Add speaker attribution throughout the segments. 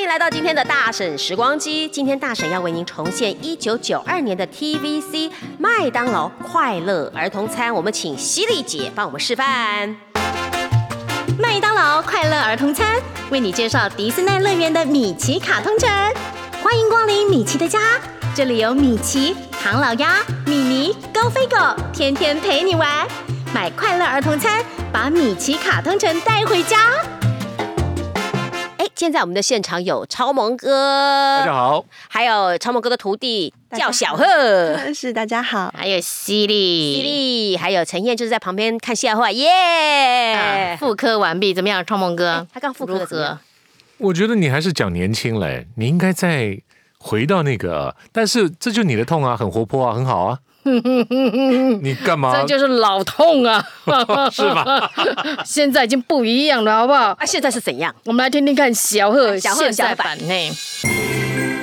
Speaker 1: 迎来到今天的大婶时光机。今天大婶要为您重现一九九二年的 TVC 麦当劳快乐儿童餐，我们请犀利姐帮我们示范。
Speaker 2: 麦当劳快乐儿童餐为你介绍迪士尼乐园的米奇卡通城，欢迎光临米奇的家，这里有米奇、唐老鸭、米妮、高飞狗，天天陪你玩。买快乐儿童餐，把米奇卡通城带回家。
Speaker 1: 哎，现在我们的现场有超萌哥，
Speaker 3: 大家好，
Speaker 1: 还有超萌哥的徒弟
Speaker 4: 大家
Speaker 1: 叫
Speaker 4: 好
Speaker 1: 小贺。
Speaker 4: 是大家好，
Speaker 2: 还有犀利，
Speaker 1: 犀利，还有陈燕就是在旁边看笑话，耶、
Speaker 2: 啊复刻完毕，怎么样，超萌哥
Speaker 1: 哎？他刚复刻
Speaker 2: 如
Speaker 1: 的怎么样
Speaker 2: 何？
Speaker 3: 我觉得你还是讲年轻嘞，你应该再回到那个，但是这就你的痛啊，很活泼啊，很好啊。 你干嘛？
Speaker 2: 是老痛啊，
Speaker 3: 是吧？
Speaker 2: 现在已经不一样了，好不好？
Speaker 1: 啊，现在是怎样？
Speaker 2: 我们来听听看哎小贺
Speaker 1: 小贺
Speaker 2: 现
Speaker 1: 小
Speaker 2: 在
Speaker 1: 贺版
Speaker 2: 版内。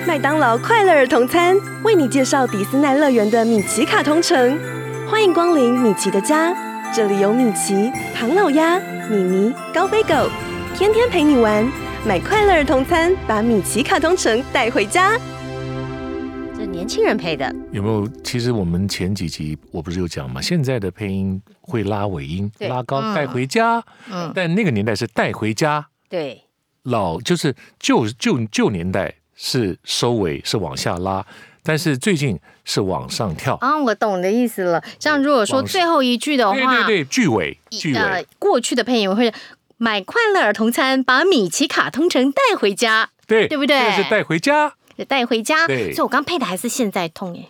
Speaker 4: 麦当劳快乐儿童餐为你介绍迪斯尼乐园的米奇卡通城，欢迎光临米奇的家，这里有米奇、唐老鸭、米妮、高飞狗，天天陪你玩。买快乐儿童餐，把米奇卡通城带回家。
Speaker 1: 这年轻人配的，
Speaker 3: 有没有？其实我们前几集我不是有讲嘛，现在的配音会拉尾音，
Speaker 1: 对
Speaker 3: 拉高
Speaker 2: 嗯
Speaker 3: 带回家，
Speaker 2: 嗯
Speaker 3: 但那个年代是带回家，
Speaker 1: 对，
Speaker 3: 老就是旧旧旧年代是收尾是往下拉，但是最近是往上跳。
Speaker 2: 啊，我懂你的意思了。像如果说
Speaker 3: 往事
Speaker 2: 最后一句的话，
Speaker 3: 对对对，句尾句
Speaker 2: 以
Speaker 3: 尾。
Speaker 2: 呃，过去的配音会是买快乐儿童餐，把米奇卡通城带回家，
Speaker 3: 对，
Speaker 2: 对不对
Speaker 3: 就是带回家，
Speaker 2: 带回家。所
Speaker 3: 对
Speaker 2: 以我刚配的还是现在痛哎，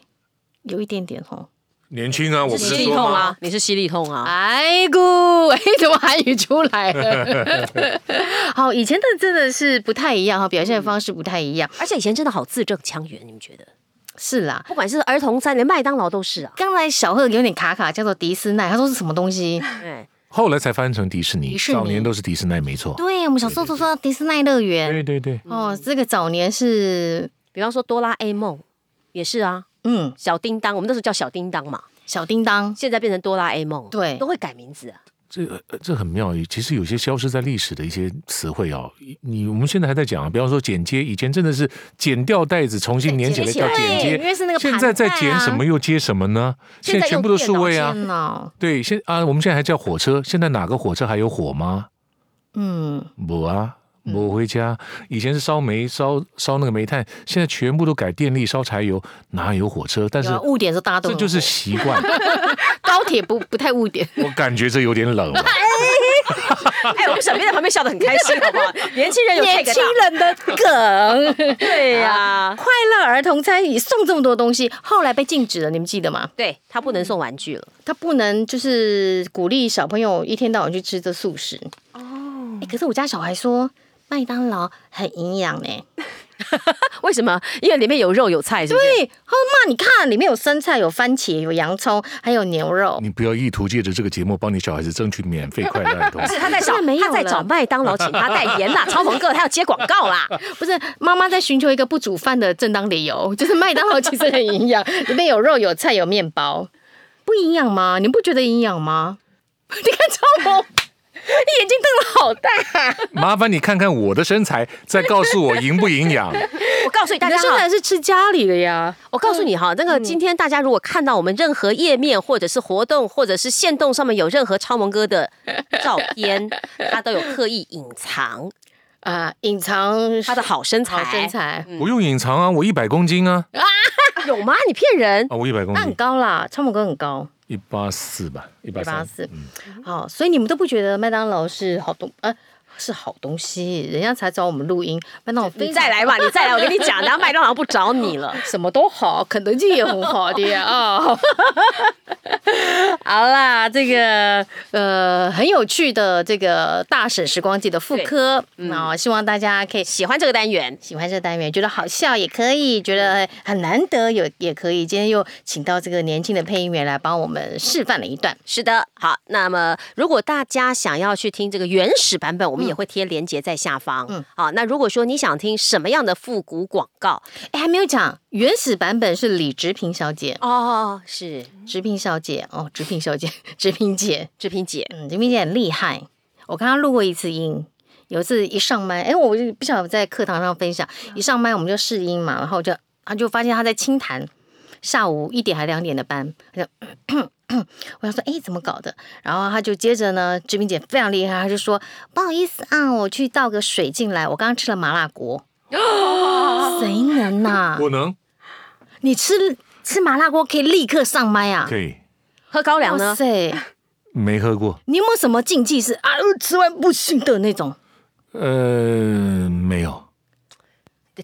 Speaker 2: 有一点哦点痛。
Speaker 3: 年轻啊，我不
Speaker 1: 犀
Speaker 3: 是
Speaker 1: 利
Speaker 3: 说
Speaker 1: 痛
Speaker 3: 吗？
Speaker 1: 啊，你是犀利痛啊，
Speaker 2: 哎姑， 哎，怎么韩语出来了？ 好，以前的真的是不太一样哈，表现方式不太一样。
Speaker 1: 而且以前真的好字正腔圆，你们觉得？
Speaker 2: 是啦，
Speaker 1: 不管是儿童餐，连麦当劳都是啊。
Speaker 2: 刚才小贺有点卡卡，叫做迪斯奈，他说是什么东西？
Speaker 1: 对，
Speaker 3: 后来才翻成迪士尼，
Speaker 2: 迪士尼
Speaker 3: 早年都是迪士尼，没错。
Speaker 2: 对，我们小时候都说迪斯奈乐园。
Speaker 3: 对对对，
Speaker 2: 哦，这个早年是
Speaker 1: 比方说哆啦 A 梦也是啊，
Speaker 2: 嗯
Speaker 1: 小叮当，我们那时候叫小叮当嘛，
Speaker 2: 小叮当，
Speaker 1: 现在变成哆啦 A 梦，
Speaker 2: 对
Speaker 1: 都会改名字啊。
Speaker 3: 这呃这很妙。其实有些消失在历史的一些词汇哦，你我们现在还在讲啊，比方说剪接，以前真的是剪掉袋子重新粘起来
Speaker 1: 剪接
Speaker 3: 叫剪
Speaker 2: 对，
Speaker 3: 接，
Speaker 2: 因为是那个
Speaker 3: 现
Speaker 2: 盘
Speaker 3: 在在
Speaker 2: 带
Speaker 3: 剪
Speaker 2: 啊
Speaker 3: 什么又接什么呢？
Speaker 1: 现在
Speaker 3: 现在全部都数位啊。
Speaker 2: 电脑，
Speaker 3: 对，现啊，我们现在还叫火车，现在哪个火车还有火吗？
Speaker 2: 嗯，
Speaker 3: 不啊，不回家。以前是烧煤，烧烧那个煤炭，现在全部都改电力，烧柴油，哪有火车？但是
Speaker 2: 有啊误点的时候大家都
Speaker 3: 这
Speaker 2: 很
Speaker 3: 就是
Speaker 2: 火
Speaker 3: 习惯。
Speaker 2: 高铁不不太误点，
Speaker 3: 我感觉这有点冷了。
Speaker 1: 哎，我们小编在旁边笑得很开心，好不好？ 年轻人有 take 到，
Speaker 2: 人的梗。
Speaker 1: 对啊呀、
Speaker 2: 快乐儿童餐也送这么多东西，后来被禁止了，你们记得吗？
Speaker 1: 对他不能送玩具了。
Speaker 2: 他不能就是鼓励小朋友一天到晚去吃这素食。哦，哎，可是我家小孩说麦当劳很营养呢。
Speaker 1: 为什么？因为里面有肉有菜，是不是？
Speaker 2: 对，他说妈，你看里面有生菜、有番茄、有洋葱，还有牛肉。
Speaker 3: 你不要意图借着这个节目帮你小孩子争取免费快乐儿 童餐。
Speaker 1: 他在找
Speaker 2: 现在没有
Speaker 1: 他在
Speaker 2: 了
Speaker 1: 找麦当劳，请他代言 啦，超鹏哥他要接广告啦。
Speaker 2: 不是妈妈在寻求一个不煮饭的正当理由， 就是麦当劳其实很营 养，里面有肉、有菜、有面包，不营养吗？你们不觉得营养吗？ 你看超萌，眼睛瞪得好大。
Speaker 3: 麻烦你看看我的身材，再告诉我营不营 养。
Speaker 1: 我告诉你大
Speaker 2: 你
Speaker 1: 家
Speaker 2: 的身
Speaker 1: 哈，
Speaker 2: 材是吃家里的呀，嗯
Speaker 1: 我告诉你哈，那个今天大家如果看到我们任何页面或者是活动或者是线动上面有任何超萌哥的照片，他都有刻意隐藏
Speaker 2: 啊、隐藏
Speaker 1: 他的好身材。
Speaker 2: 好身材，嗯
Speaker 3: 不用隐藏啊，我一百公斤 啊，
Speaker 1: 有吗？你骗人！
Speaker 3: 啊，我一百公
Speaker 2: 那很
Speaker 3: 斤，
Speaker 2: 高啦，超萌哥很高，
Speaker 3: 一八四吧，一
Speaker 2: 一
Speaker 3: 八
Speaker 2: 八
Speaker 3: 三。嗯
Speaker 2: 四。好，所以你们都不觉得麦当劳是好东呃是好东西，人家才找我们录音，麦当劳非
Speaker 1: 你
Speaker 2: 常
Speaker 1: 再来吧，你再来，我跟你讲，然后麦当劳不找你 了。
Speaker 2: 什么都好，肯德基也很好的呀 啊。好啦，这个呃很有趣的这个大婶时光机的复刻，那、
Speaker 1: 嗯
Speaker 2: 希望大家可以
Speaker 1: 喜欢这个单元，
Speaker 2: 喜欢这个单元，觉得好笑也可以，觉得很难得有也可以。今天又请到这个年轻的配音员来帮我们示范了一段。
Speaker 1: 是的，好，那么如果大家想要去听这个原始版本，我
Speaker 2: 嗯
Speaker 1: 们也会贴链接在下方。嗯，好，那如果说你想听什么样的复古广告，
Speaker 2: 哎，还没有讲原始版本是李直平小姐，
Speaker 1: 哦，是
Speaker 2: 直平小姐 哦，直平小姐，直平姐，
Speaker 1: 志平姐，
Speaker 2: 嗯，直平姐很厉害，我刚刚录过一次音。有一次一上麦，哎， 我就不晓得在课堂上分享，一上麦我们就试音嘛，然后就他就发现他在清谈，下午一点还两点的班，他就 我想说，哎，怎么搞的？然后他就接着呢，志明姐非常厉害，她就说不好意思啊，我去倒个水进来，我刚刚吃了麻辣锅。谁能呐、
Speaker 3: 我能
Speaker 2: 你吃吃麻辣锅可以立刻上麦啊？
Speaker 3: 可以，
Speaker 1: 喝高粱
Speaker 2: 哇
Speaker 1: 呢？
Speaker 2: 塞，
Speaker 3: 没喝过，
Speaker 2: 你有没有什么禁忌是啊呃吃完不行的那种？
Speaker 3: 呃，没有。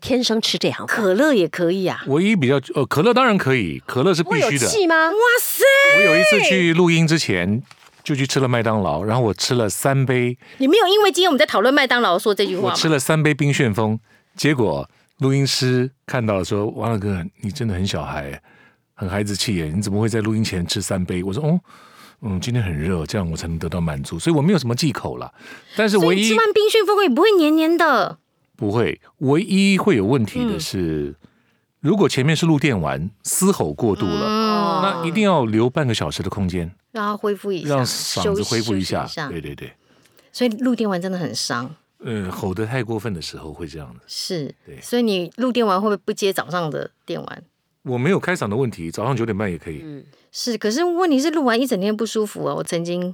Speaker 1: 天生吃这行饭，
Speaker 2: 可乐也可以啊。
Speaker 3: 唯一比较呃，可乐当然可以，可乐是
Speaker 1: 不会
Speaker 3: 必
Speaker 1: 有
Speaker 3: 须的。
Speaker 1: 气吗？
Speaker 2: 哇塞，
Speaker 3: 我有一次去录音之前就去吃了麦当劳，然后我吃了三杯，
Speaker 2: 你没有因为今天我们在讨论麦当劳说这句
Speaker 3: 我
Speaker 2: 话
Speaker 3: 吃
Speaker 2: 吗？
Speaker 3: 了三杯冰旋风，结果录音师看到了说：“王老哥，你真的很小孩，很孩子气耶，你怎么会在录音前吃三杯？”我说：“哦，嗯，今天很热，这样我才能得到满足，所以我没有什么忌口了。但是
Speaker 2: 所
Speaker 3: 唯
Speaker 2: 以你
Speaker 3: 一
Speaker 2: 吃完冰旋风也不会黏黏的。
Speaker 3: 不会，唯一会有问题的是，
Speaker 2: 嗯
Speaker 3: 如果前面是录电玩，嘶吼过度了，
Speaker 2: 嗯，
Speaker 3: 那一定要留半个小时的空间，
Speaker 2: 让它恢复一下，
Speaker 3: 让嗓子恢复一下
Speaker 2: 休息。
Speaker 3: 对对对。”
Speaker 2: 所以录电玩真的很伤，
Speaker 3: 嗯，吼得太过分的时候会这样的。
Speaker 2: 是
Speaker 3: 对。
Speaker 2: 所以你录电玩会不会不接早上的电玩？
Speaker 3: 我没有开嗓的问题，早上九点半也可以。
Speaker 1: 嗯
Speaker 2: 是，可是问题是录完一整天不舒服啊。我曾经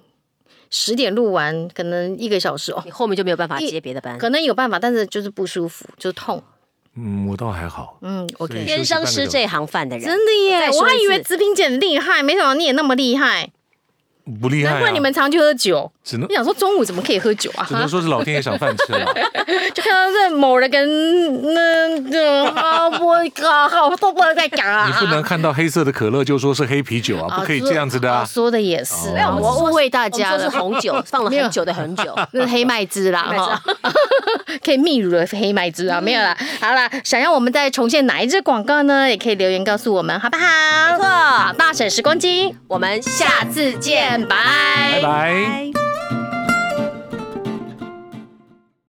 Speaker 2: 十点录完，可能一个小时哦
Speaker 1: 你，后面就没有办法
Speaker 2: 一
Speaker 1: 接别的班，
Speaker 2: 可能有办法，但是就是不舒服，就痛。
Speaker 3: 嗯，我倒还好。所
Speaker 2: 嗯
Speaker 3: 以
Speaker 2: ，OK。
Speaker 1: 天生吃这行饭的人，
Speaker 2: 真的耶！
Speaker 1: 再
Speaker 2: 我
Speaker 1: 说
Speaker 2: 还
Speaker 1: 一
Speaker 2: 以为
Speaker 1: 次
Speaker 2: 子平姐很厉害，没想到你也那么厉害，
Speaker 3: 不厉害、啊。
Speaker 2: 难怪你们常去喝酒。
Speaker 3: 只能
Speaker 2: 你想说中午怎么可以喝酒啊？
Speaker 3: 只能说是老天爷赏饭吃了。
Speaker 2: 就看到这某人跟那这啊，我靠，好都不能再讲啊！
Speaker 3: 你不能看到黑色的可乐就说是黑啤酒啊，
Speaker 2: 啊
Speaker 3: 不可以这样子的啊。
Speaker 2: 说的也是，
Speaker 3: 没有我
Speaker 2: 我误会大
Speaker 1: 哦我们
Speaker 2: 家
Speaker 1: 说是
Speaker 2: 了。
Speaker 1: 红酒，放了
Speaker 2: 没有
Speaker 1: 很久的很久。
Speaker 2: 那是黑麦汁啦，
Speaker 1: 黑麦汁
Speaker 2: 哈
Speaker 1: 啊，嗯
Speaker 2: 可以泌乳的黑麦汁啊，没有啦。好啦，想要我们再重现哪一支广告呢？也可以留言告诉我们，好不好？
Speaker 1: 嗯
Speaker 2: 没错，大婶时光机，
Speaker 1: 我们下
Speaker 2: 下次见，拜
Speaker 3: 拜拜。
Speaker 2: 啊
Speaker 4: 拜。